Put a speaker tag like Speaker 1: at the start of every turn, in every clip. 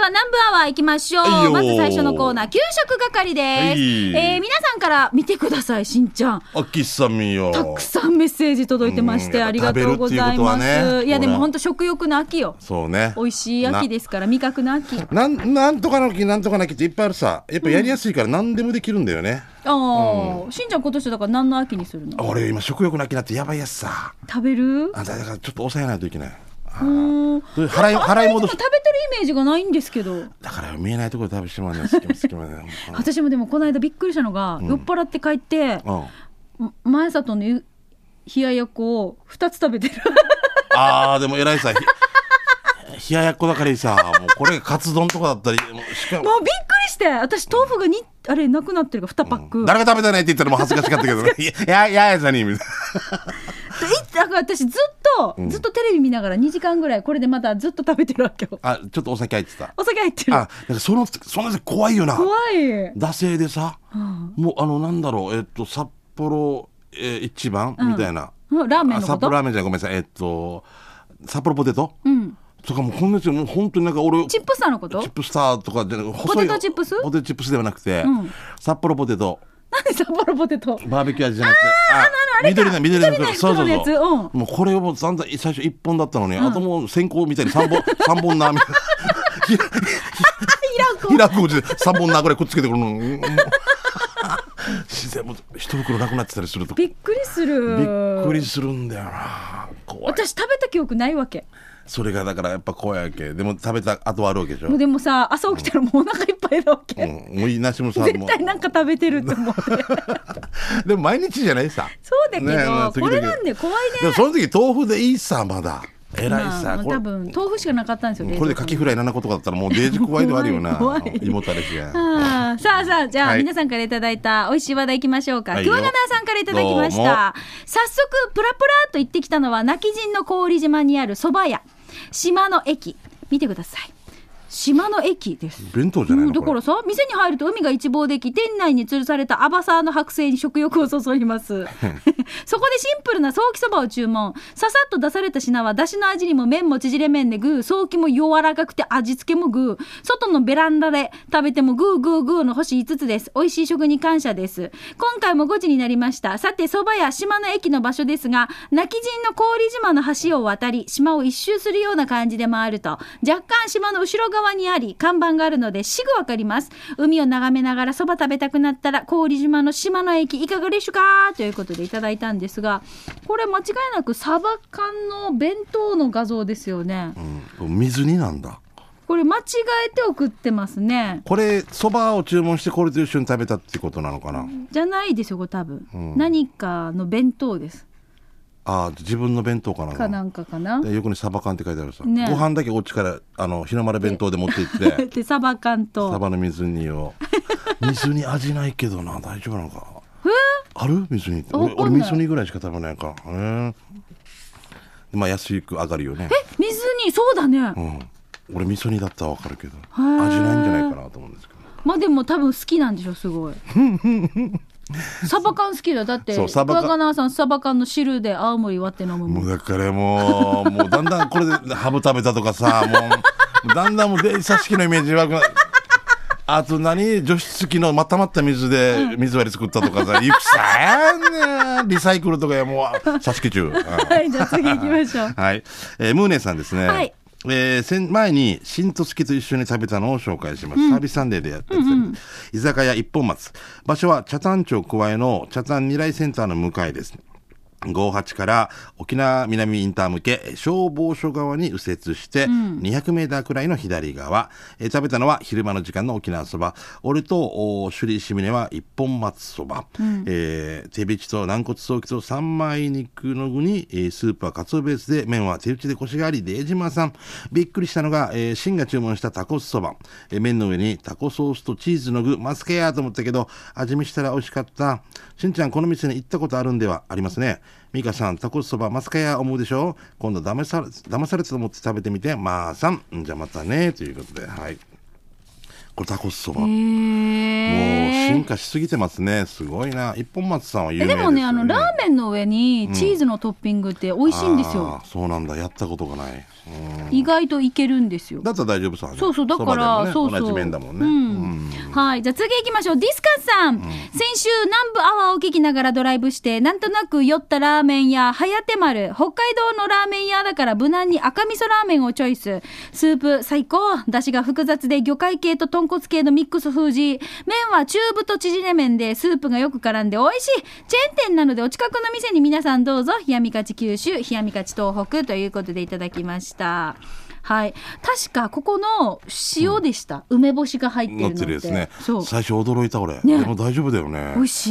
Speaker 1: は南部アワー行きましょう。
Speaker 2: はいよ
Speaker 1: まず最初のコーナー、給食係です。
Speaker 2: はい
Speaker 1: えー皆さんから見てください、しんちゃん。
Speaker 2: あきさみよ。
Speaker 1: たくさんメッセージ届いてまし
Speaker 2: う
Speaker 1: て、
Speaker 2: ん
Speaker 1: ありがとうございま
Speaker 2: 食べるっていうことは
Speaker 1: す。
Speaker 2: ね
Speaker 1: いや、で
Speaker 2: ほ
Speaker 1: も
Speaker 2: ら
Speaker 1: 本当食欲の秋よ。
Speaker 2: そうね。
Speaker 1: 美味しい秋ですから、味覚の秋。
Speaker 2: なん、なんとかの木、なんとかの木っていっぱいあるさ。やっぱやりやすいから何でもできるんだよね。
Speaker 1: ああ、しんちゃん今年だから何の秋にするの
Speaker 2: 俺今食欲なきなってやばいやつさ。
Speaker 1: 食べる
Speaker 2: あんただからちょっと抑えないといけない。
Speaker 1: うーん。
Speaker 2: それ払い、
Speaker 1: あんま
Speaker 2: 払
Speaker 1: り
Speaker 2: い
Speaker 1: でも
Speaker 2: 戻し
Speaker 1: 食べ。てるイメージがないんですけど。
Speaker 2: だから見えないところで食べしてもらうの隙間隙間で。う
Speaker 1: 私もでもこの間びっくりしたのが、酔っ払って帰って、
Speaker 2: ん。あ
Speaker 1: 前里のゆ冷ややっこを2つ食べてる
Speaker 2: あー、でも偉いさ。ひ冷ややっこだからいいさ。もうこれがカツ丼とかだったり、もうしかも。
Speaker 1: もうびっくりして私豆腐がにあれなくなってるから2パック、だ
Speaker 2: 誰が食べたねって言ったらもう恥ずかしかったけどね。いや、いややさに、みたい
Speaker 1: いだから私ずっと、ずっとテレビ見ながら2時間ぐらいこれでまだずっと食べてるわけよ
Speaker 2: な。あ、ちょっとお酒入ってた。
Speaker 1: お酒入ってる
Speaker 2: あ、なんかその、そのやつ怖いよな。
Speaker 1: 怖い
Speaker 2: 惰性でさ、もうあのなんだろうえっと札幌、えー一番、みたいな
Speaker 1: うんラーメンのこと
Speaker 2: あ札幌ラーメンじゃないごめんなさいえっと札幌ポテト、
Speaker 1: うん
Speaker 2: とかもうこんなやつもう本当になんか俺
Speaker 1: チップスターのこと
Speaker 2: チップスターとかで細い
Speaker 1: ポテトチップス
Speaker 2: ポテトチップスではなくて、
Speaker 1: うん
Speaker 2: 札幌ポテト
Speaker 1: なんで札幌ポテ ト
Speaker 2: バーベキュー味じゃなくてあ
Speaker 1: あれか
Speaker 2: 緑の緑の
Speaker 1: 緑の
Speaker 2: 袋そうそ
Speaker 1: 袋
Speaker 2: う
Speaker 1: のやつ
Speaker 2: そう、
Speaker 1: う
Speaker 2: もうこれをもう散々最初1本だったのに、あともう先行みたいに3本三 本なみ たいなひら
Speaker 1: いらんこ
Speaker 2: ひらこじで3本なぐらいくっつけてくるのうん自然も一袋なくなってたりすると
Speaker 1: びっくりする
Speaker 2: びっくりするんだよな怖い
Speaker 1: 私食べた記憶ないわけ
Speaker 2: それがだからやっぱ怖いわけでも食べた後はあるわけでしょ、
Speaker 1: もうでもさ朝起きたらもうお腹いっぱいだわけ、
Speaker 2: うん、もういいなしもさ
Speaker 1: 絶
Speaker 2: も
Speaker 1: 対なんか食べてると 思って
Speaker 2: うでも毎日じゃないさ
Speaker 1: そうだけど、
Speaker 2: ねえねえ時
Speaker 1: こ
Speaker 2: 々
Speaker 1: れなんで怖いね
Speaker 2: でもその時豆腐でいいさまだ偉い
Speaker 1: まあ
Speaker 2: さ、
Speaker 1: もう
Speaker 2: これ
Speaker 1: 多分豆腐しかなかったんですよ
Speaker 2: こ
Speaker 1: 冷蔵
Speaker 2: れで
Speaker 1: 庫
Speaker 2: カ
Speaker 1: に
Speaker 2: キフライ7個とかだったらもうデージ怖いではあるよ な
Speaker 1: 怖い
Speaker 2: 胃もたれしが
Speaker 1: あーさあさあ、じゃあ、
Speaker 2: はい
Speaker 1: 皆さんからいただいた美味しい話題いきましょうか。
Speaker 2: はい
Speaker 1: ク
Speaker 2: よ
Speaker 1: ワガナーさんからいただきまし
Speaker 2: どうも
Speaker 1: た。早速、プラプラっと行ってきたのは、泣き人の郡島にある蕎麦屋、島の駅。見てください。島の駅です。
Speaker 2: 弁当じゃな
Speaker 1: う
Speaker 2: い
Speaker 1: ん
Speaker 2: の
Speaker 1: だ
Speaker 2: こ
Speaker 1: か
Speaker 2: れ
Speaker 1: らさ店に入ると海が一望でき店内に吊るされたアバサーの剥製に食欲をそそります そこでシンプルなソーキそばを注文ささっと出された品は出汁の味にも麺も縮れ麺でグーソーキも柔らかくて味付けもグー外のベランダで食べてもグーグーグーの星5つです美味しい食に感謝です今回も5時になりましたさてそばや島の駅の場所ですが泣き人の郡島の橋を渡り島を一周するような感じで回ると若干島の後ろ側にあり看板があるのですぐわかります海を眺めながらそば食べたくなったら郡島の島の駅いかがでしょうかということでいただいたんですがこれ間違いなくサバ缶の弁当の画像ですよね
Speaker 2: うん水煮なんだ
Speaker 1: これ間違えて送ってますね
Speaker 2: これそばを注文してこれと一緒に食べたってことなのかな
Speaker 1: じゃないですよこれ多分、
Speaker 2: うん
Speaker 1: 何かの弁当です
Speaker 2: あー自分の弁当かな
Speaker 1: かなんかかな
Speaker 2: でよくにサバ缶って書いてあるさ、
Speaker 1: ね
Speaker 2: ご飯だけお家からあの日の丸弁当で持って行って
Speaker 1: でサバ缶
Speaker 2: サ
Speaker 1: と
Speaker 2: バの水煮 を水煮味ないけどな大丈夫なのかある水煮って俺
Speaker 1: わか
Speaker 2: 俺
Speaker 1: んない
Speaker 2: 水煮ぐらいしか食べないからへーでまあ安く上がるよね
Speaker 1: え水にそうだね、
Speaker 2: うん、俺味噌煮だったらわかるけど
Speaker 1: ー
Speaker 2: 味ないんじゃないかなと思うんですけど
Speaker 1: まあでも多分好きなんでしょす ごいサバ缶好きだよだって
Speaker 2: そうサバ
Speaker 1: 桑
Speaker 2: 缶
Speaker 1: 賀奈さんサバ缶の汁で青森割って飲むも
Speaker 2: も
Speaker 1: ん
Speaker 2: うだからもうもうだんだんこれでハブ食べたとかさもうだんだんもう電車式のイメージ悪くな あと何除湿機のまたまった水で水割り作ったとかさ、いくさやねリサイクルとかやもう差し切中、うん
Speaker 1: はいじゃあ次行きましょう
Speaker 2: はい、えームーネさんですね。
Speaker 1: はい
Speaker 2: えー先前に新都月と一緒に食べたのを紹介します、サービスサンデーでやってた、居酒屋一本松場所は茶炭町桑江の茶炭二来センターの向かいです58から沖縄南インター向け消防署側に右折して200メーターくらいの左側、えー食べたのは昼間の時間の沖縄そば俺とお首里しみねは一本松そば、えー手びちと軟骨ソーキと三枚肉の具に、えースープはカツオベースで麺は手打ちでコシがあり出島さんびっくりしたのが、えー、シンが注文したタコスそば、えー麺の上にタコソースとチーズの具マスケやと思ったけど味見したら美味しかったしんちゃんこの店に行ったことあるんではありますねミカさんタコスそばマスケや思うでしょ今度騙され騙されたと思って食べてみてまあさんじゃあまたねということではいこれタコスそば。
Speaker 1: へ
Speaker 2: もう進
Speaker 1: え。
Speaker 2: 化しすぎてますね。すごいな。一本松さんは有名
Speaker 1: え
Speaker 2: です
Speaker 1: で
Speaker 2: よ、ね。
Speaker 1: もね、あの、ラーメンの上にチーズのトッピングって美味しいんですよ。
Speaker 2: あー。そうなんだ。やったことがない。うん
Speaker 1: 意外といけるんですよ。
Speaker 2: だったら大丈夫そう、ね。
Speaker 1: そうそう、だから、
Speaker 2: そ
Speaker 1: そ
Speaker 2: ば
Speaker 1: うそう。
Speaker 2: でもね同じ麺だもんね。
Speaker 1: うんはい。じゃあ次行きましょう。ディスカスさん。先週、南部アワーを聞きながらドライブして、なんとなく酔ったラーメン屋、はやて丸。北海道のラーメン屋だから無難に赤味噌ラーメンをチョイス。スープ最高。出汁が複雑で魚介系と豚骨系のミックス風味。麺は中太縮れ麺で、スープがよく絡んで美味しい。チェーン店なのでお近くの店に皆さんどうぞ。冷やみかち九州、冷やみかち東北ということでいただきました。はい、確かここの塩でした、梅干しが入ってるの
Speaker 2: 乗っ
Speaker 1: ってて
Speaker 2: るですね。
Speaker 1: そう
Speaker 2: 最初驚いた俺。
Speaker 1: ね
Speaker 2: でも大丈夫だよね。
Speaker 1: 美味しい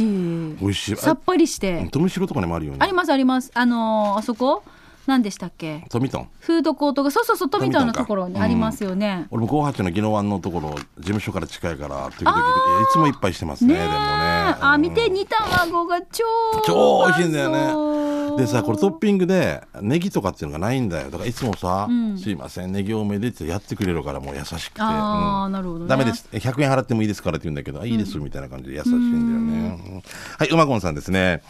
Speaker 2: 美味しい
Speaker 1: さっぱりして、
Speaker 2: 富城とかにもあるよね。
Speaker 1: ありますありますあのーあそこ何でしたっけ
Speaker 2: 富トン。
Speaker 1: フードコートがそうそうそう富田のところにありますよね、
Speaker 2: 俺も五八の宜野湾のところ、事務所から近いから、時々、いつも一杯してますね、
Speaker 1: ねえ
Speaker 2: でもね。
Speaker 1: あ見て煮卵が超
Speaker 2: 超美味しいんだ
Speaker 1: う
Speaker 2: よ
Speaker 1: まそう
Speaker 2: ね。でさ、これトッピングで、ネギとかっていうのがないんだよ。だからいつもさ、すいません、ネギ多めでってやってくれるから、もう優しくて。
Speaker 1: あー
Speaker 2: うん
Speaker 1: なるほどね
Speaker 2: ダメです。え100円払ってもいいですからって言うんだけど、あいいです、みたいな感じで優しいんだよね。うんはい、うまこんさんですね。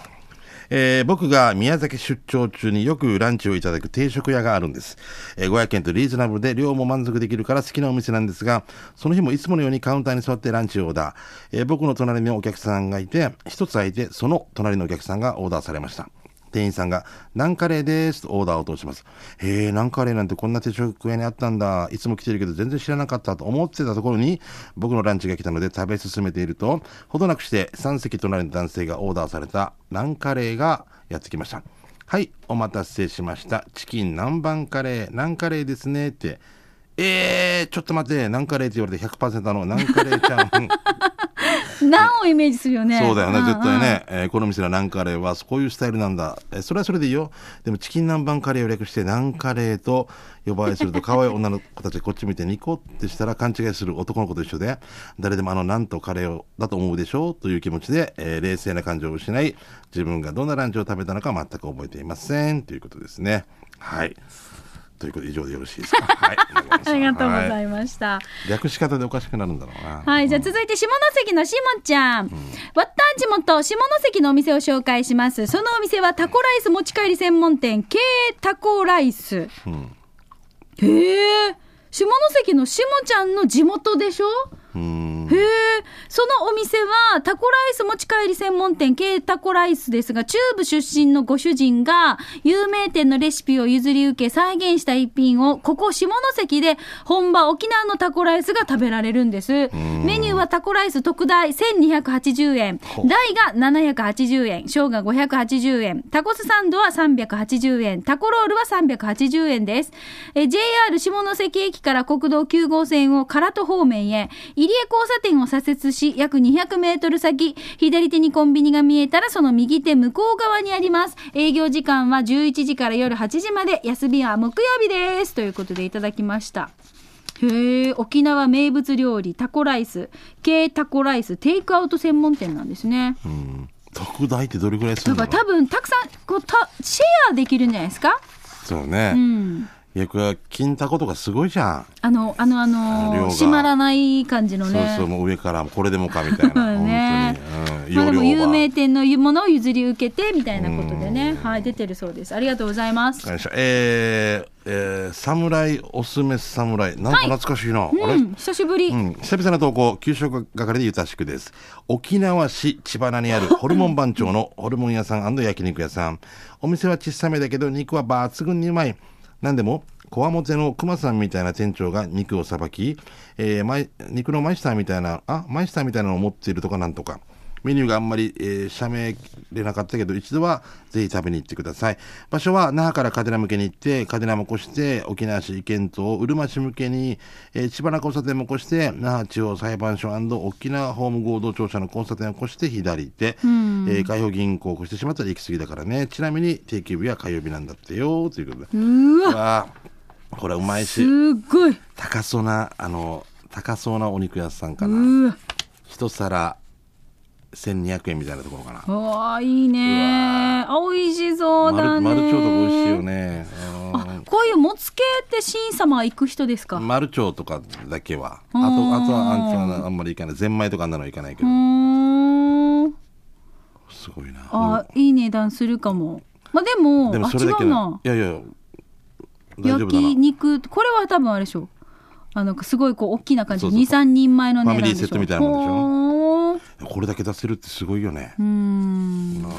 Speaker 2: えー僕が宮崎出張中によくランチをいただく定食屋があるんです、えー500円とリーズナブルで量も満足できるから好きなお店なんですがその日もいつものようにカウンターに座ってランチをオーダー、えー僕の隣にお客さんがいて一つ空いてその隣のお客さんがオーダーされました店員さんが「ナンカレーです」とオーダーを通します「へえナンカレーなんてこんな定食屋にあったんだいつも来てるけど全然知らなかった」と思ってたところに僕のランチが来たので食べ進めているとほどなくして3席隣の男性がオーダーされたナンカレーがやってきましたはいお待たせしましたチキン南蛮カレーナンカレーですねってえー、ちょっと待って、ナンカレーって言われて100%あのナンカレーちゃん。
Speaker 1: ナンをイメージするよね
Speaker 2: そうだよね、
Speaker 1: んん
Speaker 2: 絶対ね、えーこの店のナンカレーはこういうスタイルなんだ、えーそれはそれでいいよでもチキン南蛮カレーを略してナンカレーと呼ばれすると可愛い女の子たちがこっち見てニコってしたら勘違いする男の子と一緒で誰でもあのなんとカレーをだと思うでしょうという気持ちで、えー冷静な感情を失い自分がどんなランチを食べたのか全く覚えていませんということですねはいということで以上でよろしい ですかはい
Speaker 1: ありがとうご
Speaker 2: は
Speaker 1: ざ
Speaker 2: い
Speaker 1: いました、
Speaker 2: 略し方でおかしくなるんだろうな
Speaker 1: はい、じゃあ続いて下関のしもちゃん。わったん地元、下関のお店を紹介します。そのお店はタコライス持ち帰り専門店、K タコライス。へえ、下関のしもちゃんの地元でしょ
Speaker 2: うーん
Speaker 1: へえ、そのお店はタコライス持ち帰り専門店 K タコライスですが、中部出身のご主人が有名店のレシピを譲り受け再現した一品をここ下関で本場沖縄のタコライスが食べられるんです。メニューはタコライス特大1280円、
Speaker 2: う
Speaker 1: 大が780円、小が580円、タコスサンドは380円、タコロールは380円です。えー JR 下関駅から国道9号線を唐戸方面へ、入江交差点を左折し、約200メートル先、左手にコンビニが見えたらその右手向こう側にあります。営業時間は11時から夜8時まで、休みは木曜日です。ということでいただきました。へえ、沖縄名物料理タコライス、系タコライステイクアウト専門店なんですね。
Speaker 2: うん特大ってどれぐらいする
Speaker 1: だ
Speaker 2: ん
Speaker 1: か
Speaker 2: だ
Speaker 1: ら
Speaker 2: ろう
Speaker 1: 多分たくさんこうたシェアできるんじゃないですか。
Speaker 2: そうね。
Speaker 1: うん。
Speaker 2: いや、これは金タコとかすごいじゃん。
Speaker 1: あのあのあ
Speaker 2: あ量
Speaker 1: の
Speaker 2: が
Speaker 1: 閉まらない感じの
Speaker 2: そう
Speaker 1: ね。
Speaker 2: そう、もう上からこれでもかみた いな。
Speaker 1: ね
Speaker 2: 本当に。
Speaker 1: まあで
Speaker 2: うん、
Speaker 1: も
Speaker 2: 容量
Speaker 1: 有
Speaker 2: オー
Speaker 1: 名
Speaker 2: バ
Speaker 1: 店のものを譲り受けてみたいなことでね、はい出てるそうです。ありがとうございます。
Speaker 2: ーよいしょ。えー、えー、侍おすすめ侍。なんか懐かしいな。あ
Speaker 1: う
Speaker 2: れ
Speaker 1: ん、久しぶり。
Speaker 2: うん、久々の投稿、給食係でゆたしくです。沖縄市千葉にあるホルモン番長のホルモン屋さん焼肉屋さん。お店は小さめだけど肉は抜群にうまい。なんでも、こわもての熊さんみたいな店長が肉をさばき、えーまい肉のマイスターみたいな、あ、マイスターみたいなのを持っているとかなんとか。メニューがあんまり、えー、社名れなかったけど、一度はぜひ食べに行ってください。場所は那覇から嘉手納向けに行って、嘉手納も越して、沖縄市意見島、うるま市向けに、えー、千葉な交差点も越して、那覇地方裁判所沖縄法務合同庁舎の交差点を越して左手、えー、海洋銀行を越してしまったら行き過ぎだからね。ちなみに定休日は火曜日なんだってよ、ということで。
Speaker 1: うわ、
Speaker 2: うわーこれうまいし、
Speaker 1: すっごい。
Speaker 2: 高そうな、あの、高そうなお肉屋さんかな。
Speaker 1: うわ、
Speaker 2: 一皿1200円みたいなところかな。
Speaker 1: あーいいね。あ、美味しそうだね。
Speaker 2: マルマルチョウとか美味しいよね。うん
Speaker 1: あ、ここういうもつ系って新様行く人ですか、
Speaker 2: 丸腸とかだけは。あと、
Speaker 1: うーん
Speaker 2: あとはあんあんあんまりいかない。ゼンマイとかあんなのいかない
Speaker 1: う
Speaker 2: けど。
Speaker 1: ーん
Speaker 2: すごいな。
Speaker 1: あいい値段するかもまあでも
Speaker 2: でもそれだ
Speaker 1: あ違
Speaker 2: け
Speaker 1: う
Speaker 2: な
Speaker 1: な。
Speaker 2: いやいや、大丈
Speaker 1: 焼
Speaker 2: 夫だ
Speaker 1: き
Speaker 2: な。
Speaker 1: 肉これは多分あれでしょあのすごいこう大きな感じ
Speaker 2: そうそうそう
Speaker 1: 23人前の値段でしょ
Speaker 2: ファミリーセットみたいなもんでしょ
Speaker 1: ほー
Speaker 2: これだけ出せるってすごいよね。
Speaker 1: うーん今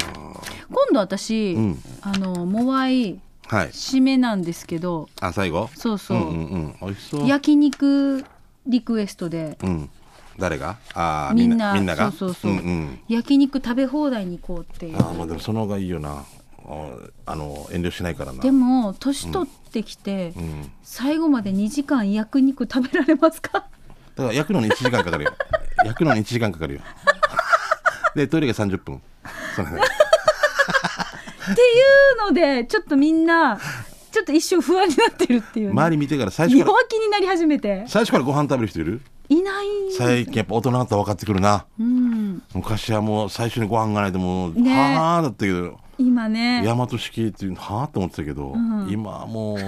Speaker 1: 度私、
Speaker 2: ん
Speaker 1: あのモワイ
Speaker 2: はい。
Speaker 1: 締めなんですけど
Speaker 2: あ、最後
Speaker 1: そうそう、
Speaker 2: んうんうん。美味しそう。
Speaker 1: 焼肉リクエストで
Speaker 2: うん。誰があー
Speaker 1: みんな
Speaker 2: みんなが。
Speaker 1: そうそうそう、
Speaker 2: んうん。
Speaker 1: 焼肉食べ放題に行こうっていう
Speaker 2: あーまあでもその方がいいよな。ああの、遠慮しないからな。
Speaker 1: でも年取ってきて、
Speaker 2: うん。
Speaker 1: 最後まで2時間焼肉食べられますか
Speaker 2: だから焼くのに1時間か かるよ。焼くのに1時間かかるよ。で、トイレが30分。そうなんだよ
Speaker 1: っていうのでちょっとみんなちょっと一瞬不安になってるっていうね、
Speaker 2: 周り見てから最初
Speaker 1: 弱
Speaker 2: から、
Speaker 1: 気になり始めて
Speaker 2: 最初からご飯食べる人いる
Speaker 1: いない
Speaker 2: 最近やっぱ大人だったら分かってくるな。
Speaker 1: うん
Speaker 2: 昔はもう最初にご飯がないともう、
Speaker 1: ね
Speaker 2: はあだったけど、
Speaker 1: 今ね
Speaker 2: 大和式っていう、はあと思ってたけど、今はもう、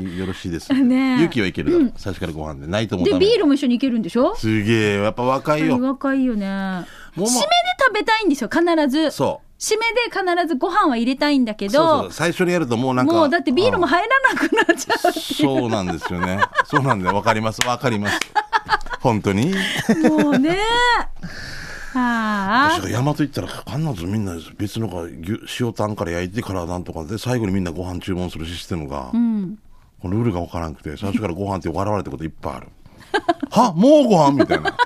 Speaker 2: いいいい、よろしいで す。
Speaker 1: ねえ
Speaker 2: 勇気はいけるだろ、最初からご飯で。ないと思う
Speaker 1: でビールも一緒に行けるんでしょ
Speaker 2: すげえ、やっぱ若いよ。も
Speaker 1: 若いよね締
Speaker 2: うも
Speaker 1: めで食べたいんですよ必ず
Speaker 2: うそ
Speaker 1: 締めで必ずご飯は入れたいんだけ
Speaker 2: う。そうそ
Speaker 1: ど
Speaker 2: う。最初にやるともうなんか。
Speaker 1: もうだってビールも
Speaker 2: うん
Speaker 1: 入らなくなっちゃう
Speaker 2: そうなんですよね。そうなんだよ。わかります。わかります。本当に。
Speaker 1: もうね。はあ
Speaker 2: 確。か大和行ったら必ずみんな別のが牛塩タンから焼いてからなんとかで最後にみんなご飯注文するシステムが、
Speaker 1: うん。
Speaker 2: このルールがわからなくて最初からご飯って笑われたこといっぱ いある。はもうご飯みたいな。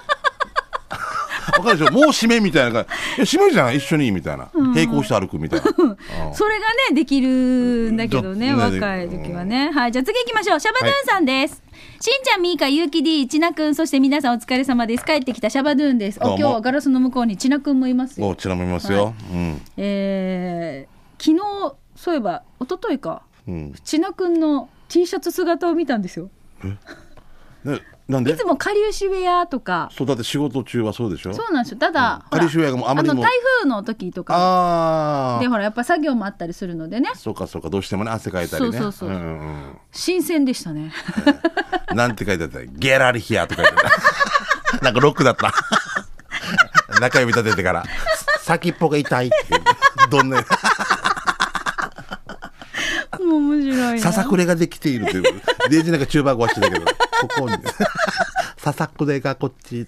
Speaker 2: わかるでしょもう締めみたいな。いや締めじゃない一緒にみたいな。並行して歩くみたいな。
Speaker 1: それがね、できるんだけどね、
Speaker 2: うん
Speaker 1: 若い時はね。はい、じゃあ次行きましょう。シャバドゥンさんです。しんちゃん、みーか、ゆうき D、ちなくん、そして皆さんお疲れ様です。帰ってきたシャバドゥンです。あ
Speaker 2: どうも
Speaker 1: 今日はガラスの向こうにちなくんもいますよ。
Speaker 2: おちらもいますよ。うん。
Speaker 1: えー、昨日、そういえば、一昨日か、
Speaker 2: うん。
Speaker 1: ちなくんの T シャツ姿を見たんですよ。
Speaker 2: でなん
Speaker 1: い
Speaker 2: で
Speaker 1: つも下粒子ウェアとか、
Speaker 2: そうだって仕事中はそうでしょ
Speaker 1: そうなんですよ。ただ、
Speaker 2: うん
Speaker 1: ほら
Speaker 2: 下粒子ウェアがもうあまりにも
Speaker 1: の台風の時とか、
Speaker 2: ああ
Speaker 1: で。ほらやっぱ作業もあったりするのでね
Speaker 2: そうかそうかどうしてもね汗かいたりね
Speaker 1: そうそうそうん
Speaker 2: ん
Speaker 1: 新鮮でした ね
Speaker 2: うんなんて書いてあった「ゲラリヒア」とか書いてあった なんかロックだった中指立ててから「先っぽが痛い」ってどんな
Speaker 1: もう面白いな
Speaker 2: ささくれができているというデイジーなんか中盤壊してたけどここにささくれがこっち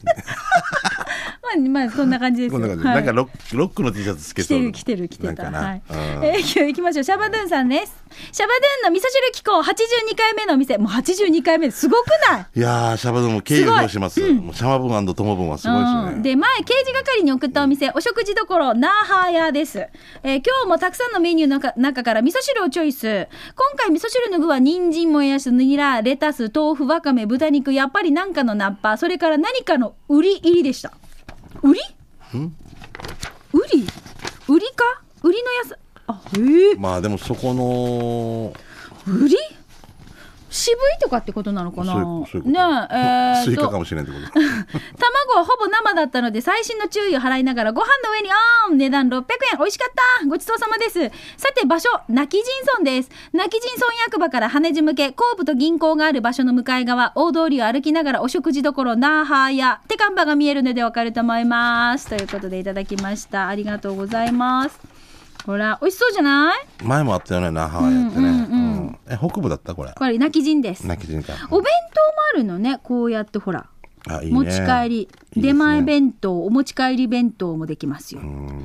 Speaker 1: まあ、まあ、そんな感じです
Speaker 2: こ
Speaker 1: よ
Speaker 2: んな感じ、
Speaker 1: はい
Speaker 2: なんかロックロックの T シャツつけ
Speaker 1: 来
Speaker 2: そう
Speaker 1: てる来てる来てた
Speaker 2: なんかな、
Speaker 1: はい、え
Speaker 2: うん
Speaker 1: ー、今日行きましょうシャバドゥンさんですシャバドゥンの味噌汁機構82回目のお店もう82回目ですごくない
Speaker 2: いやーシャバドゥンも敬意を表しますもうシャバブントモブンはすごいですよね、
Speaker 1: うんで前刑事係に送ったお店お食事処ナーハーヤです、えー今日もたくさんのメニューの中中から味噌汁をチョイス今回味噌汁の具は人参もやしニラレタス豆腐わかめ豚肉やっぱり何かのナッパそれから何かの売り入りでした売り売り売りか売りの野菜あえー、
Speaker 2: まあでもそこの
Speaker 1: 売り渋いとかってことなのかな
Speaker 2: そういうそういうこと
Speaker 1: ねええーと
Speaker 2: スイカかもしれないってこと
Speaker 1: 卵はほぼ生だったので最新の注意を払いながらご飯の上にオン値段600円美味しかったごちそうさまですさて場所泣き人村です泣き人村役場から羽地向け後部と銀行がある場所の向かい側大通りを歩きながらお食事処ナーハーや手看板が見えるのでわかると思いますということでいただきましたありがとうございますほら美味しそうじゃない
Speaker 2: 前もあったよね那覇やってね、
Speaker 1: うんうんうん
Speaker 2: うんえ北部だったこれ
Speaker 1: これ泣き人です
Speaker 2: 泣き人か
Speaker 1: お弁当もあるのねこうやってほら
Speaker 2: あいいね
Speaker 1: 持ち帰り
Speaker 2: いいですね
Speaker 1: 出前弁当お持ち帰り弁当もできますよ
Speaker 2: うん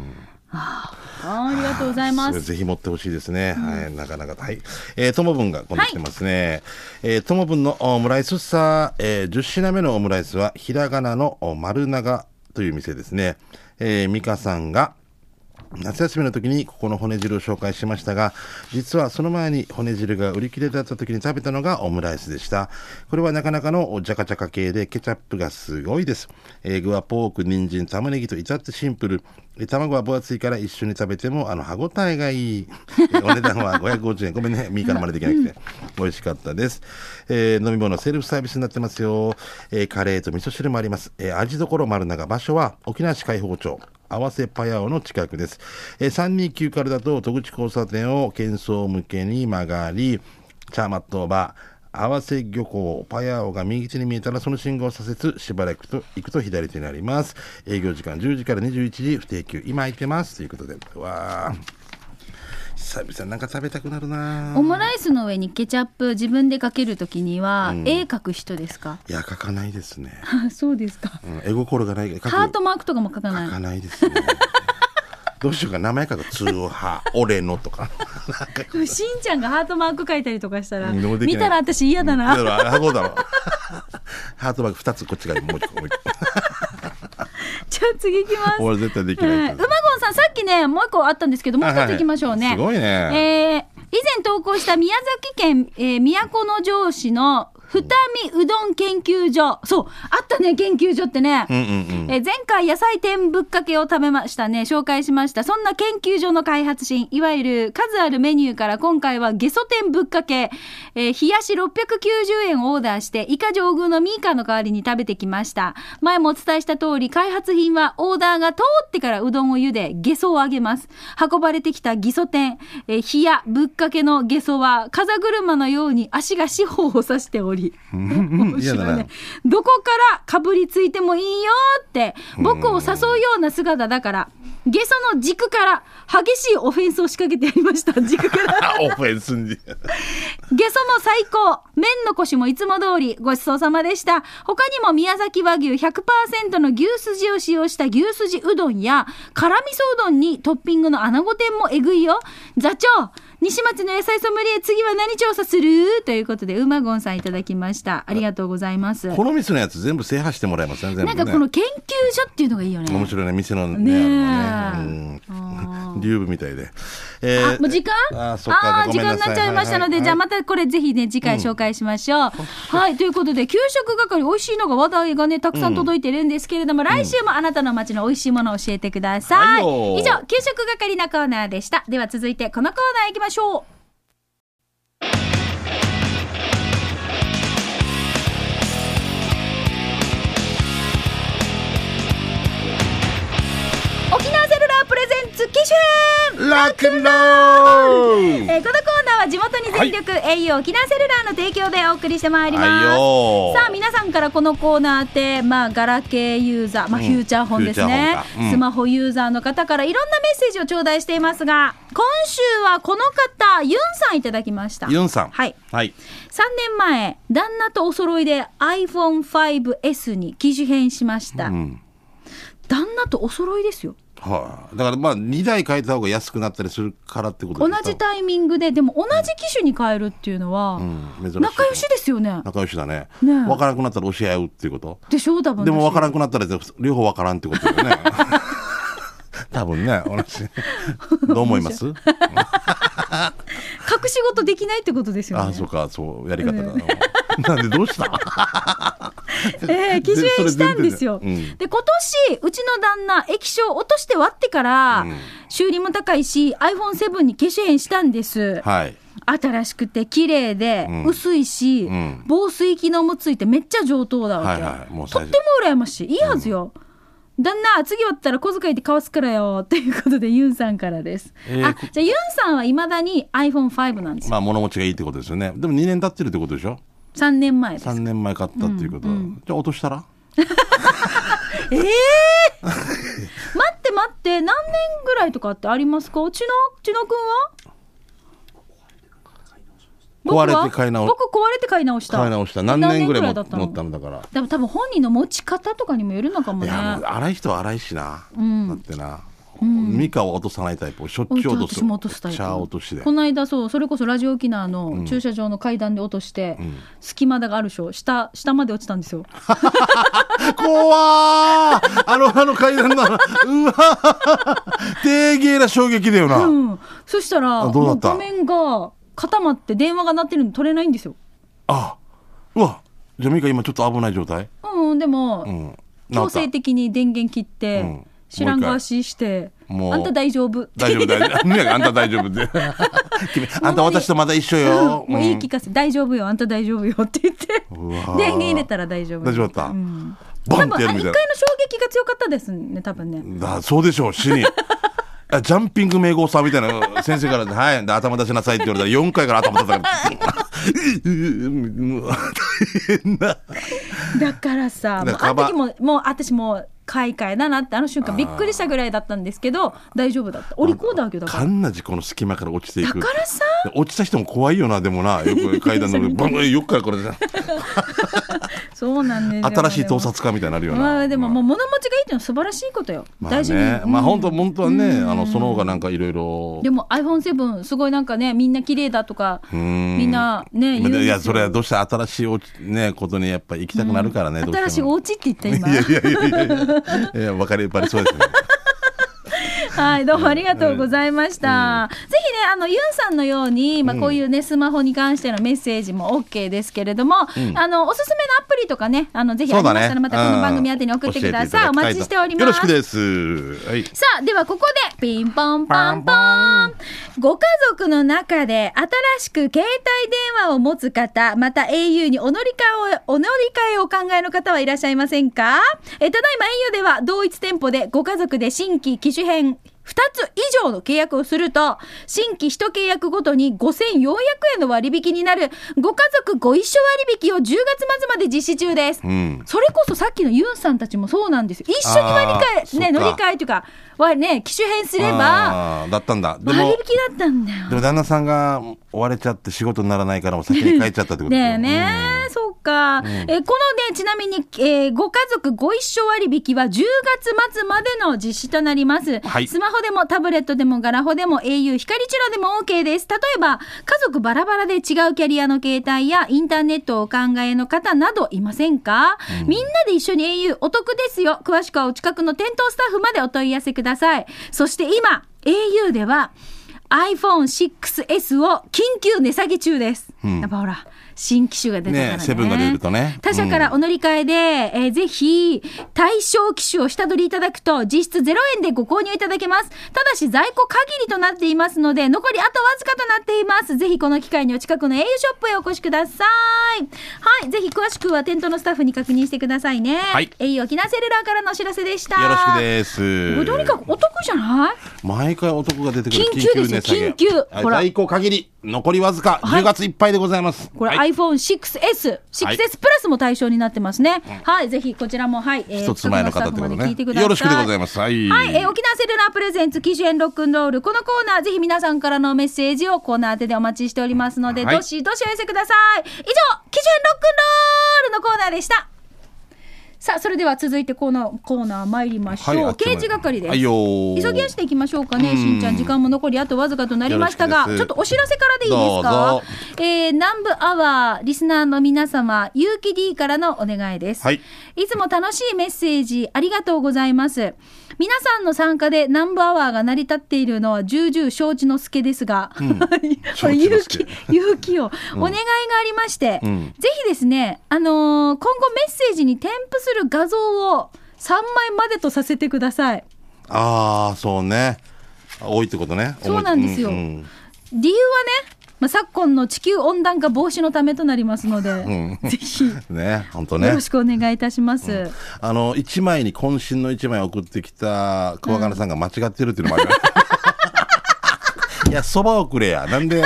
Speaker 1: あーありがとうございます。
Speaker 2: ぜひ持ってほしいですね、はいなかなかはいえーともぶんが今度来てますね、えーともぶんのオムライスさ、えー、10品目のオムライスはひらがなのお丸長という店ですねえー、美香さんが夏休みの時にここの骨汁を紹介しましたが実はその前に骨汁が売り切れだった時に食べたのがオムライスでしたこれはなかなかのジャカジャカ系でケチャップがすごいです、えー具はポーク人参玉ねぎと至ってシンプルえー卵は分厚いから一緒に食べてもあの歯ごたえがいいえーお値段は550円ごめんねミーからまでできなくて美味しかったです、えー飲み物セルフサービスになってますよ、えーカレーと味噌汁もあります、えー味どころ丸長場所は沖縄市海保町合わせパヤオの近くです、えー329からだと戸口交差点を喧騒向けに曲がりチャーマットバー、合わせ漁港、パヤオが右手に見えたらその信号を左折、しばらくと行くと左手になります。営業時間10時から21時、不定休、今空いてます。ということで、わー。久々なんか食べたくなるな
Speaker 1: オムライスの上にケチャップ自分でかけるときには、絵描く人ですか
Speaker 2: いや、書かないですね。
Speaker 1: そうですか
Speaker 2: うん、絵心がない。書く
Speaker 1: ハートマークとかも描かない
Speaker 2: 書かないですね。どうしようか、名前書く。通派、俺のとか。
Speaker 1: でもしんちゃんがハートマーク描いたりとかしたら
Speaker 2: うんどうもでき
Speaker 1: 見
Speaker 2: ない
Speaker 1: たら私嫌だな、
Speaker 2: だから、あそうだろ。 ハートバッグ2つ、こっちがもう一個、もう一個。
Speaker 1: じゃあ次行きます
Speaker 2: 俺絶対で
Speaker 1: は
Speaker 2: き
Speaker 1: い
Speaker 2: な
Speaker 1: う
Speaker 2: い
Speaker 1: ま。ごんさんさっきねもう一個あったんですけどもう一つ行きましょうね、
Speaker 2: あはいすごいね
Speaker 1: えー以前投稿した宮崎県、えー都城市の二見うどん研究所そうあったね研究所ってね、
Speaker 2: うんうんうん。
Speaker 1: えー前回野菜天ぶっかけを食べましたね紹介しましたそんな研究所の開発新いわゆる数あるメニューから今回はゲソ天ぶっかけ、えー冷やし690円をオーダーしてイカ上宮のミイカの代わりに食べてきました前もお伝えした通り開発品はオーダーが通ってからうどんを茹でゲソを揚げます運ばれてきたゲソ天、えー冷やぶっかけのゲソは風車のように足が四方を指しており面
Speaker 2: 嫌だ
Speaker 1: 白い
Speaker 2: な
Speaker 1: ねどこからかぶりついてもいいよって僕を誘うような姿だからゲソの軸から激しいオフェンスを仕掛けてやりま した軸から
Speaker 2: オフェンスに。
Speaker 1: ゲソも最高麺のコシもいつも通りごちそうさまでした他にも宮崎和牛100%の牛すじを使用した牛すじうどんや辛味噌うどんにトッピングの穴子天もえぐいよ座長西町の野菜ソムリエ次は何調査するということでうまごんさんいただきましたありがとうございます
Speaker 2: この店のやつ全部制覇してもらえますね、全部
Speaker 1: な
Speaker 2: ね。
Speaker 1: んかこの研究所っていうのがいいよね。
Speaker 2: 面白いね、店のね、
Speaker 1: ねえ
Speaker 2: あのね。うん。竜舞みたいで。え
Speaker 1: あ、もう時間
Speaker 2: あー、そっか。
Speaker 1: あー
Speaker 2: ご
Speaker 1: 時
Speaker 2: めん
Speaker 1: 間
Speaker 2: な
Speaker 1: に
Speaker 2: さ
Speaker 1: なっちゃいましたので、じゃあ
Speaker 2: は
Speaker 1: またこれぜひね、次回紹介しましょう。はい、ということで、給食係、美味しいのが話題がね、たくさん届いてるんですけれども、来週もあなたの街の美味しいものを教えてくださ。
Speaker 2: はいいよ
Speaker 1: 以上、給食係のコーナーでした。では続いて、このコーナー行きましょう。沖縄セルラープレゼンツ機種編
Speaker 2: いラックンロール
Speaker 1: えーこのコーナーは地元に全力、au 沖縄セルラーの提供でお送りしてまいります。
Speaker 2: はいよ
Speaker 1: さあ皆さんからこのコーナーって、まあ、ガラケーユーザー、まあ、
Speaker 2: うん
Speaker 1: フューチャーホンですね
Speaker 2: フューチャーホンかうん
Speaker 1: スマホユーザーの方からいろんなメッセージを頂戴していますが今週はこの方ユンさんいただきました3
Speaker 2: ユンさん。
Speaker 1: はい
Speaker 2: はい。
Speaker 1: 年前旦那とお揃いで iPhone5S に機種変しました、
Speaker 2: うん。
Speaker 1: 旦那とお揃いですよ
Speaker 2: はい、だからまあ2台変えた方が安くなったりするからってこと
Speaker 1: 同
Speaker 2: で
Speaker 1: じタイミングででも同じ機種に変えるっていうのは、
Speaker 2: うん、珍
Speaker 1: 仲良しですよね
Speaker 2: 仲良しだね
Speaker 1: ねえ
Speaker 2: 分からなくなったら教え合うっていうこと
Speaker 1: でしょ多分
Speaker 2: でも分
Speaker 1: 私
Speaker 2: からなくなったら両方分からんってことだよね 多分ね同じ どう思います
Speaker 1: 隠し事できないってことですよね。
Speaker 2: あそうかそうやり方だ、なんでどうした
Speaker 1: ええ機種変したんですよ。
Speaker 2: それ全然
Speaker 1: で今年うちの旦那液晶落として割ってから、
Speaker 2: うん
Speaker 1: 修理も高いし iPhone7 に機種変したんです。
Speaker 2: はい
Speaker 1: 新しくて綺麗で、
Speaker 2: うん
Speaker 1: 薄いし、
Speaker 2: うん
Speaker 1: 防水機能もついてめっちゃ上等だわけ、
Speaker 2: はいはいもう
Speaker 1: と
Speaker 2: 最
Speaker 1: っ
Speaker 2: 初
Speaker 1: ても羨ましいいいはずよ、旦那次割ったら小遣いでかわすからよということでユンさんからです、
Speaker 2: えー
Speaker 1: あじゃあユンさんはいまだに iPhone5 なんですよ
Speaker 2: まあ物持ちがいいってことですよねでも2年経ってるってことでしょ
Speaker 1: 3年前です
Speaker 2: 3年前買ったっていうことは、じゃあ落としたら
Speaker 1: ええ待って待って何年ぐらいとかってありますかちのちのくんは僕は
Speaker 2: 壊れて買い直し
Speaker 1: 僕壊れて買い直した
Speaker 2: 買い直した何年ぐらいも
Speaker 1: だった
Speaker 2: 乗った
Speaker 1: の
Speaker 2: のだから
Speaker 1: でも多分本人の持ち方とかにもよるのかも
Speaker 2: い
Speaker 1: ね
Speaker 2: やもう荒い人は荒いしな、だってな、ミカを落とさないタイプしょっ
Speaker 1: うん
Speaker 2: ちゅう落とす
Speaker 1: 私も落とすタイプ
Speaker 2: シャー落としで
Speaker 1: この間そうそれこそラジオ沖縄の駐車場の階段で落として、隙間があるでしょ下下まで落ちたんですよ
Speaker 2: 怖ーあのあの階段だなうわー低芸な衝撃だよな、
Speaker 1: うんそしたら
Speaker 2: あどうだった
Speaker 1: も画面が固まって電話が鳴ってるの取れないんですよ
Speaker 2: あうわじゃあミカ今ちょっと危ない状態
Speaker 1: うんうんでも、
Speaker 2: うん治
Speaker 1: 強
Speaker 2: った
Speaker 1: 制的に電源切って、
Speaker 2: うん
Speaker 1: 知らんが足して、
Speaker 2: もう一回もう
Speaker 1: あんた大丈夫。
Speaker 2: 大丈夫大丈夫ミカあんた大丈 夫で君あんた私とまだ一緒よ、
Speaker 1: もう言い聞かせ、大丈夫よ、あんた大丈夫よって言って、
Speaker 2: うわー
Speaker 1: 電源入れたら大丈夫。
Speaker 2: 大丈夫だった
Speaker 1: うん
Speaker 2: バ
Speaker 1: 多
Speaker 2: ンって
Speaker 1: 分、
Speaker 2: や
Speaker 1: あ
Speaker 2: る
Speaker 1: 一回
Speaker 2: みたい
Speaker 1: の衝撃が強かったですね、多分ね。
Speaker 2: なだそうでしょう 死にあジャンピング名号さんみたいな先生から「はいで頭出しなさい」って言われたら4回から頭出さなかった もう大変な。
Speaker 1: だからさ、もう
Speaker 2: だか
Speaker 1: あ
Speaker 2: ら
Speaker 1: の時も、もう私もう、買い替えだなって、あの瞬間びっくりしたぐらいだったんですけど、大丈夫だった。お利口だわけだか
Speaker 2: か
Speaker 1: ら。
Speaker 2: んな事故の隙間から落ちてい
Speaker 1: だ
Speaker 2: く。
Speaker 1: からさ、
Speaker 2: 落ちた人も怖いよな、でもな。よく階段 の上で、バンよくからこれじゃん。
Speaker 1: そうなんですよ。
Speaker 2: 新しい盗撮家みたいになるよな。
Speaker 1: まあでももう物持ちがいいっていうのは素晴らしいことよ、
Speaker 2: まあ
Speaker 1: 大事に、
Speaker 2: ね、
Speaker 1: うん
Speaker 2: まあ本当本当はね、あのその方がなんかいろいろ
Speaker 1: で。も iPhone7 すごいなんかねみんな綺麗だとかみ
Speaker 2: み
Speaker 1: んなね言うんですよ
Speaker 2: いやそれはどうして新しいおうちねことにやっぱ行きたくなるからね。どうて
Speaker 1: 新
Speaker 2: も
Speaker 1: しいお家って言った今
Speaker 2: いやいやいやいやいやいや、分かり、ばりそうですね。
Speaker 1: はいどうもありがとうございました、ぜひねあのユンさんのように、まあ、こういうねスマホに関してのメッセージも OK ですけれども、あのおすすめのアプリとかねあのぜひあ
Speaker 2: そう
Speaker 1: りま
Speaker 2: だ
Speaker 1: した
Speaker 2: ね
Speaker 1: ら、。またこの番組宛てに送ってください,、
Speaker 2: う
Speaker 1: お
Speaker 2: ん教え
Speaker 1: 待
Speaker 2: て
Speaker 1: ち
Speaker 2: だきたいと
Speaker 1: しております
Speaker 2: よろしくです。はい。
Speaker 1: さあ、ではここで、ピンポンパンポーン。ご家族の中で、新しく携帯電話を持つ方、また au にお乗り換えを、お乗り換えをお考えの方はいらっしゃいませんかえ、ただいま au では、同一店舗でご家族で新規機種編、2つ以上の契約をすると、新規1契約ごとに5400円の割引になる、ご家族ご一緒割引を10月末まで実施中です。
Speaker 2: うん。
Speaker 1: それこそさっきのユンさんたちもそうなんですよ。一緒に割り
Speaker 2: あー
Speaker 1: 替え、
Speaker 2: そっ
Speaker 1: ね、
Speaker 2: か
Speaker 1: 乗り換えというか、はね、機種変すれば、
Speaker 2: あーだったんだ。で
Speaker 1: 割引
Speaker 2: も
Speaker 1: だ、ったんだよ
Speaker 2: で。も旦那さんが追われちゃって仕事にならないからもう先に帰っちゃったってこと
Speaker 1: ね
Speaker 2: よ
Speaker 1: えねえ、そうか。えーこのね、ちなみに、えーご家族ご一緒割引は10月末までの実施となります。
Speaker 2: はい
Speaker 1: スマホでもタブレットでもガラホでも au 光チュラでも OK です。例えば、家族バラバラで違うキャリアの携帯やインターネットをお考えの方などいませんか、みんなで一緒に au お得ですよ。詳しくはお近くの店頭スタッフまでお問い合わせください。そして今、au では、iPhone6S を緊急値下げ中です。やっぱほら、新機種が出たからね。
Speaker 2: ねえセブンが出るとね
Speaker 1: 他社からお乗り換えで、えーぜひ、対象機種を下取りいただくと、実質0円でご購入いただけます。ただし、在庫限りとなっていますので、残りあとわずかとなっています。ぜひ、この機会にお近くの au ショップへお越しください。はい、ぜひ、詳しくは店頭のスタッフに確認してくださいね。
Speaker 2: はい
Speaker 1: au 沖縄セルラーからのお知らせでした。
Speaker 2: よろしくです。
Speaker 1: これとにかくお得じゃない
Speaker 2: 毎回男が出てくる
Speaker 1: 緊急ですよ緊急
Speaker 2: はい
Speaker 1: ほら
Speaker 2: 在庫限り残りわずか
Speaker 1: はい
Speaker 2: 10月いっぱいでございます。
Speaker 1: これ
Speaker 2: はい
Speaker 1: iPhone6S、
Speaker 2: はい
Speaker 1: 6S プラスも対象になってますね。はい、ぜひこちらも、はい、えー
Speaker 2: 一つ前の方ってこと
Speaker 1: お近くのスタッフまで聞いてくだ
Speaker 2: ね。
Speaker 1: さい
Speaker 2: よろしくでございます。はい。
Speaker 1: はい、えー沖縄セルラープレゼンツ、基準ロックンロール。このコーナー、ぜひ皆さんからのメッセージをコーナー宛てでお待ちしておりますので、
Speaker 2: はい
Speaker 1: どしどしお寄せください。以上、基準ロックンロールのコーナーでした。さあ、それでは続いてこのコーナー参りましょう。
Speaker 2: はいあっちの
Speaker 1: 刑事係です。
Speaker 2: はいよー
Speaker 1: 急ぎ足でいきましょうかね、しんちゃん。時間も残りあとわずかとなりましたが、
Speaker 2: よろしくです
Speaker 1: ちょっとお知らせからでいいですか
Speaker 2: どうぞ
Speaker 1: えー、南部アワー、リスナーの皆様、ゆうき D からのお願いです。
Speaker 2: はい
Speaker 1: いつも楽しいメッセージありがとうございます。皆さんの参加で南部アワーが成り立っているのは重々承知の助ですが、 これ
Speaker 2: 承知の
Speaker 1: 勇気、
Speaker 2: 助
Speaker 1: 勇気をお願いがありまして、
Speaker 2: ん
Speaker 1: ぜひですね、あのー今後メッセージに添付する画像を3枚までとさせてください。
Speaker 2: ああ、そうね。多いってことね。
Speaker 1: そうなんですよ
Speaker 2: 思いうん
Speaker 1: 理由はね、まあ、昨今の地球温暖化防止のためとなりますので、
Speaker 2: うん
Speaker 1: ぜひよ
Speaker 2: うんね、本当ね
Speaker 1: ろ。しくお願いいたします。
Speaker 2: あの、一枚に渾身の一枚送ってきた桑原さんが間違ってるっていうのも あります。いや、そばをくれや。なんで、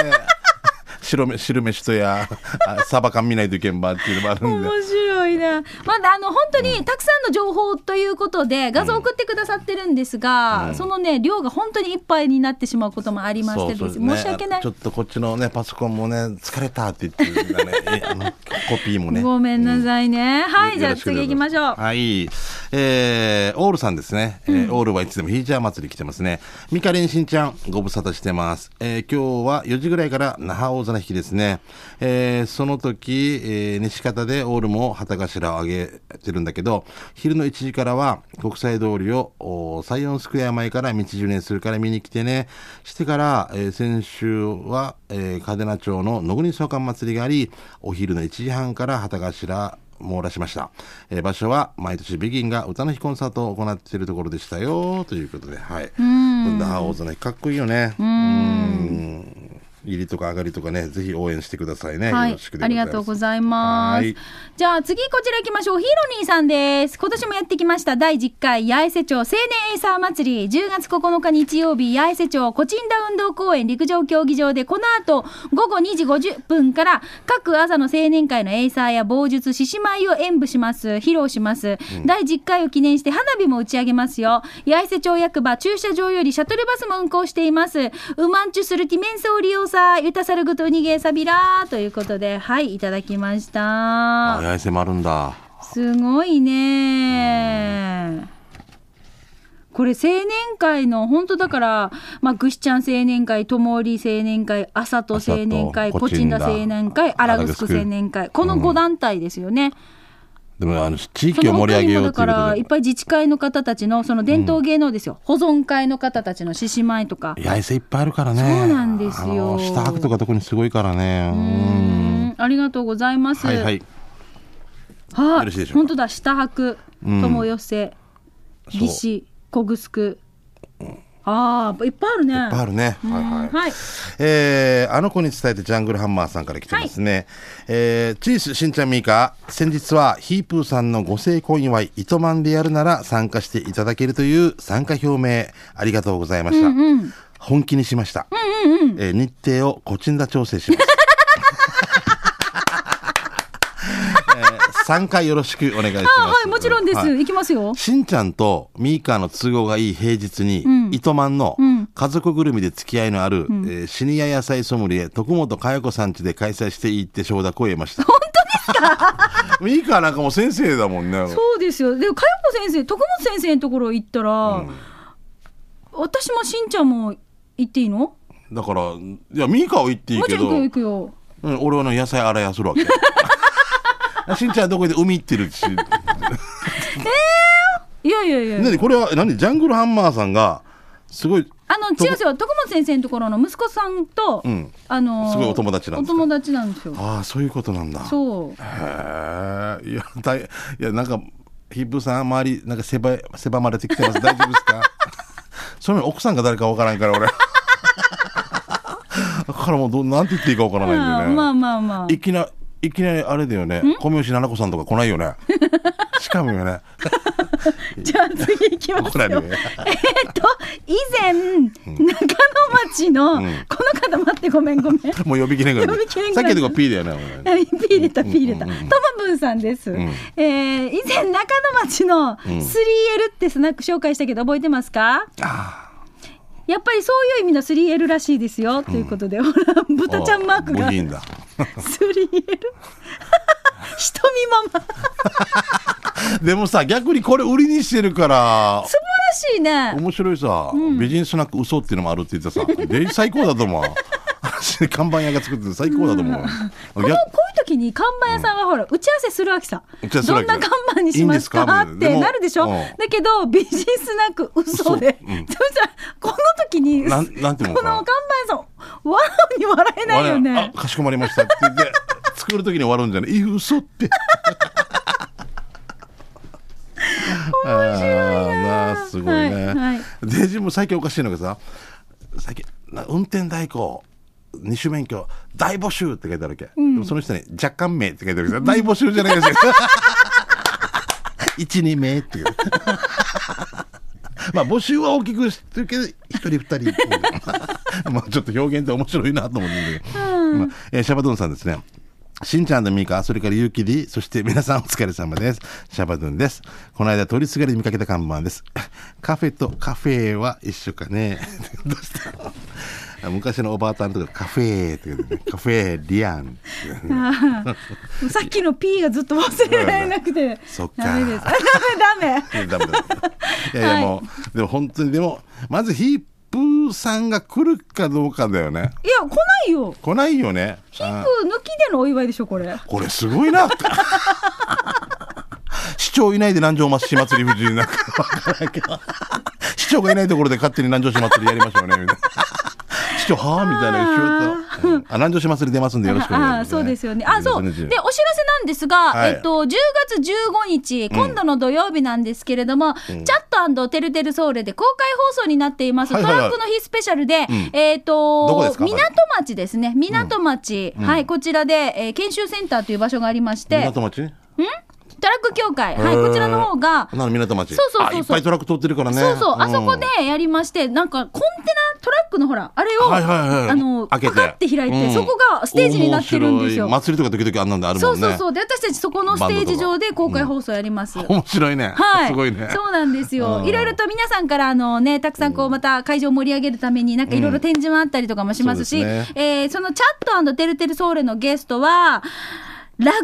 Speaker 2: 白め汁飯とや、あサバ缶見ないといけんばっていうのもあるんで。
Speaker 1: 面白いな。まだあの本当にたくさんの情報ということで画像送ってくださってるんですが、そのね量が本当にいっぱいになってしまうこともありまして
Speaker 2: そう
Speaker 1: です
Speaker 2: そうね
Speaker 1: 申し訳ない
Speaker 2: ちょ。っとこっちのね、パソコンもね、疲れたって言ってるんだね。えあのコピーもね。
Speaker 1: ごめんなさいね。はい、じゃあ
Speaker 2: よろしく
Speaker 1: 次行きましょう。
Speaker 2: はい。えー、オールさんですね。えーオールはいつでもヒージャー祭り来てますね。ミカレンしんちゃん、ご無沙汰してます。えー、今日は4時ぐらいから那覇大皿引きですね。えー、その時、えー、西方でオールも旗頭を上げてるんだけど、昼の1時からは国際通りを、おーサイオンスクエア前から道順連するから見に来てね。してから、えー、先週は、えー、嘉手納町の野国総監祭りがあり、お昼の1時半から旗頭、網羅しました、えー場所は毎年ビギンが歌の日コンサートを行っているところでしたよということではいうんだ大園かっこいいよねうん入りとか上がりとかね、ぜひ応援してくださいね。
Speaker 1: はい
Speaker 2: よろしく。で
Speaker 1: ありがとうございます。
Speaker 2: はい
Speaker 1: じゃあ次こちら行きましょう。ヒロニーさんです。今年もやってきました。第10回八重瀬町青年エイサー祭り。10月9日日曜日、八重瀬町コチンダ運動公園陸上競技場で、この後午後2時50分から各朝の青年会のエイサーや棒術、獅子舞を演舞します。披露します。第10回を記念して花火も打ち上げますよ。八重瀬町役場駐車場よりシャトルバスも運行しています。ウマンチュスルティメンソーリオサー、ユタサルグトウニゲーサビラーということで、はい、いただきました。
Speaker 2: あ八重瀬もあるんだ。
Speaker 1: すごいね。これ青年会の本当だから、まあ、ぐしちゃん青年会ともり青年会あさと青年会
Speaker 2: あさと
Speaker 1: こちんだ青年会
Speaker 2: こちんだ
Speaker 1: アラグスク青年会この5団体ですよね。
Speaker 2: でも、あの、地
Speaker 1: そ
Speaker 2: 域
Speaker 1: の
Speaker 2: を盛り上げよう
Speaker 1: だ
Speaker 2: とい
Speaker 1: か
Speaker 2: うこ
Speaker 1: ら
Speaker 2: と
Speaker 1: い
Speaker 2: で
Speaker 1: っ。ぱい自治会の方たちのその伝統芸能ですよ、保存会の方たちの獅子舞とか。
Speaker 2: 八重瀬いっぱいあるからね。
Speaker 1: そうなんですよ
Speaker 2: あの下白とか特にすごいからね。うん
Speaker 1: うんありがとうございます。
Speaker 2: はいはい。
Speaker 1: はい
Speaker 2: よろしいでしょうか
Speaker 1: 本当だ下白
Speaker 2: うん
Speaker 1: 友寄せ
Speaker 2: そう
Speaker 1: 義士小ぐすくああいっぱいあるね
Speaker 2: いっぱいあるね。はい
Speaker 1: うん
Speaker 2: はい。
Speaker 1: はい
Speaker 2: えーあの子に伝えてジャングルハンマーさんから来てますね。えーチース、しんちゃんみーか、先日はヒープーさんのご成婚祝い、糸満でやるなら参加していただけるという参加表明、ありがとうございました。本気にしました。えー日程をこちんだ調整 します。えー参加よろしくお願いします。
Speaker 1: あはいもちろんです、、
Speaker 2: はい
Speaker 1: きますよ
Speaker 2: しんちゃんとミーカーの都合がいい平日に、糸満の家族ぐるみで付き合いのある、えーシニア野菜ソムリエ徳本佳代子さん家で開催していいって承諾を得ました本当ですか ミーカーなんかもう先生だもんね
Speaker 1: そうですよでも佳代子先生徳本先生のところ行ったら、私もしんちゃんも行っていいの
Speaker 2: だからいやミーカーは行っていい
Speaker 1: もち
Speaker 2: け
Speaker 1: ろん
Speaker 2: ど
Speaker 1: 行くよ行くよ
Speaker 2: うん、俺はあの野菜洗いやするわけ しんちゃんどこで海行ってる し
Speaker 1: いやいやいや
Speaker 2: 何これは何ジャングルハンマーさんがすごい
Speaker 1: あの違うんですよ徳本先生のところの息子さんと、
Speaker 2: うん
Speaker 1: あのー
Speaker 2: すごいお友達なんですか
Speaker 1: お友達なんですよ
Speaker 2: ああそういうことなんだ
Speaker 1: そう
Speaker 2: へえ、いや、大いや、なんか、ヒップさん、周り、なんか、狭い、狭まれてきてます。大丈夫ですか その奥さんが誰かわからんから、俺。だ からもうどう、なんて言っていいかわからないんだよ
Speaker 1: あー
Speaker 2: ね。
Speaker 1: まあまあまあ
Speaker 2: いきな、いきなりあれだよね。小宮吉奈々子さんとか来ない よね。しかもよね。
Speaker 1: じゃあ次行きます
Speaker 2: 怒られ
Speaker 1: よ
Speaker 2: るよ。
Speaker 1: えっと、以前、中野町の、この方待ってごめんごめん。
Speaker 2: もう呼びきれんぐらい。
Speaker 1: 呼びきれんぐ
Speaker 2: さ
Speaker 1: ら
Speaker 2: っ
Speaker 1: い
Speaker 2: きのとこ P だよね、俺。
Speaker 1: ピー入れた、ピー入れた。トマブンさんです。
Speaker 2: ん
Speaker 1: えー以前中野町の 3L ってスナック紹介したけど覚えてますか、やっぱりそういう意味の 3L らしいですよ、ということで、ほら、豚ちゃんマーク
Speaker 2: も
Speaker 1: が
Speaker 2: ういいんだ。
Speaker 1: 3L。瞳まま。
Speaker 2: でもさ、逆にこれ売りにしてるから、
Speaker 1: 素晴らしいね。
Speaker 2: 面白いさ、美人スナック嘘っていうのもあるって言ってさ、で最高だと思う。 看板屋が作ってて最高だと思う。
Speaker 1: このこ
Speaker 2: 逆
Speaker 1: ういう時に看板屋さんはほら、打ち合わせするわけさ
Speaker 2: 打ち合わせす
Speaker 1: ど
Speaker 2: るわ
Speaker 1: ん
Speaker 2: けだ
Speaker 1: な看板にしますか
Speaker 2: いいんですかみ
Speaker 1: った
Speaker 2: いな
Speaker 1: てなるでしょ
Speaker 2: でもうん
Speaker 1: だけどビジネスなく嘘で
Speaker 2: 嘘うん
Speaker 1: そしたらこの時に
Speaker 2: なん
Speaker 1: こ
Speaker 2: なんていう
Speaker 1: の看
Speaker 2: のか
Speaker 1: 板
Speaker 2: な
Speaker 1: 屋さん笑うに笑えないよ
Speaker 2: あれ
Speaker 1: ね
Speaker 2: あかしこまりましたって言って、 作る時に終わるんじゃないい嘘って。面白いなあすごいね。
Speaker 1: はいはい
Speaker 2: で自分も最近おかしいのがさ最近な運転代行二種免許大募集って書いてあるわけ、でもその人に若干名って書いてあるわけど大募集じゃな いですよ 一二名っていうまあ募集は大きくしてるけど一人二人って いうまあちょっと表現って面白いなと思うんだけど、まあえーシャバドゥンさんですねしんちゃんとみーか、それからゆうきり、そして皆さんお疲れ様です。シャバドゥンです。この間通りすがりに見かけた看板です。カフェとカフェは一緒かね。 どうした昔のおばあさんとかカフェって言うね、カフェリアン。
Speaker 1: あーさっきの P がずっと忘れられなくて
Speaker 2: そっか
Speaker 1: ダメですあダメダメ
Speaker 2: ダメだ。いやいやもう、でも本当にでも、まずヒップーさんが来るかどうかだよね。
Speaker 1: いや来ないよ
Speaker 2: 来ないよね。
Speaker 1: ピ
Speaker 2: あ
Speaker 1: ンク抜きでのお祝いでしょこれ
Speaker 2: これすごい な。市長いないで南城市祭り夫人なんかわからない けど、 市長がいないところで勝手に南城市祭りやりましょうね、みたいな。市長はあみたいな一緒だった。うんあ、南城島祭り出ますんでよろしくお願いします、
Speaker 1: あそうですよね。あ、そう。で、お知ら
Speaker 2: で、
Speaker 1: せなんですが、
Speaker 2: はい
Speaker 1: えっと、10月15日、今度の土曜日なんですけれども、チャットてるてるソウルで公開放送になっています、
Speaker 2: はいはいは
Speaker 1: ト
Speaker 2: い
Speaker 1: ランクの日スペシャルで、
Speaker 2: ん
Speaker 1: えっ
Speaker 2: どこで
Speaker 1: と
Speaker 2: す、か
Speaker 1: 港町ですね。港町。はい、こちらで、えー研修センターという場所がありまして、
Speaker 2: 港町
Speaker 1: トラック協会。は
Speaker 2: へ
Speaker 1: い、
Speaker 2: ー
Speaker 1: こちらの方が、
Speaker 2: なの港町
Speaker 1: そうそうそうそう
Speaker 2: あいっぱいトラック通ってるからね
Speaker 1: そうそう、あ
Speaker 2: ん
Speaker 1: そこでやりまして、なんかコンテナトラックのほら、あれを、
Speaker 2: はいはいはい
Speaker 1: あの、パ
Speaker 2: 開けて
Speaker 1: カって開いて、
Speaker 2: うん
Speaker 1: そこがステージになってるんですよ
Speaker 2: 面白い。祭りとか時々あんなんである
Speaker 1: そ
Speaker 2: も
Speaker 1: うん
Speaker 2: ね
Speaker 1: そうそう。で、私たちそこのステージ上で公開放送やります。
Speaker 2: 面白いね、
Speaker 1: はい。
Speaker 2: すごいね
Speaker 1: そうなんですよ
Speaker 2: う。ん
Speaker 1: いろいろと皆さんから、あのね、たくさんこう、また会場を盛り上げるために、なんかいろいろ展示もあったりとかもしますし、
Speaker 2: そうです
Speaker 1: えーそのチャットてるてるソウルのゲストは、ラグン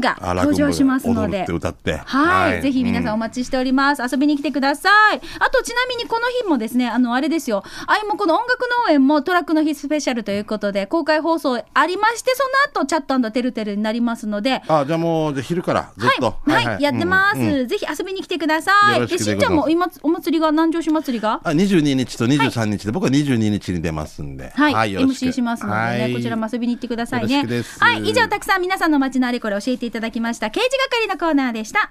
Speaker 1: ブルー
Speaker 2: あ
Speaker 1: が
Speaker 2: ラ
Speaker 1: 登
Speaker 2: グンブルー
Speaker 1: 場しますので。
Speaker 2: 踊って歌って
Speaker 1: はい、ぜひ皆さんお
Speaker 2: うん
Speaker 1: 待ちしております。遊びに来てください。あと、ちなみにこの日もですね、あの、あれですよ。あいもこの音楽農園もトラックの日スペシャルということで、公開放送ありまして、その後、チャットてるてるになりますので、
Speaker 2: あじゃあもうじゃあ昼からずっと
Speaker 1: はい、はいやってます、
Speaker 2: うんうん
Speaker 1: ぜひ遊びに来てください。
Speaker 2: よろしくでござ
Speaker 1: し
Speaker 2: い
Speaker 1: ん
Speaker 2: ま
Speaker 1: ち
Speaker 2: す
Speaker 1: ゃんも今お祭りが、南城市祭りが
Speaker 2: あ22日と23日で、僕は22日に出ますんで
Speaker 1: はい、
Speaker 2: よろく
Speaker 1: MC しますのでね、
Speaker 2: はい
Speaker 1: こちらも遊びに行ってくださいね。
Speaker 2: よろしくです
Speaker 1: はい、以上、たくさん皆さんの街のあれこれ教えていただきました。刑事係のコーナーでした。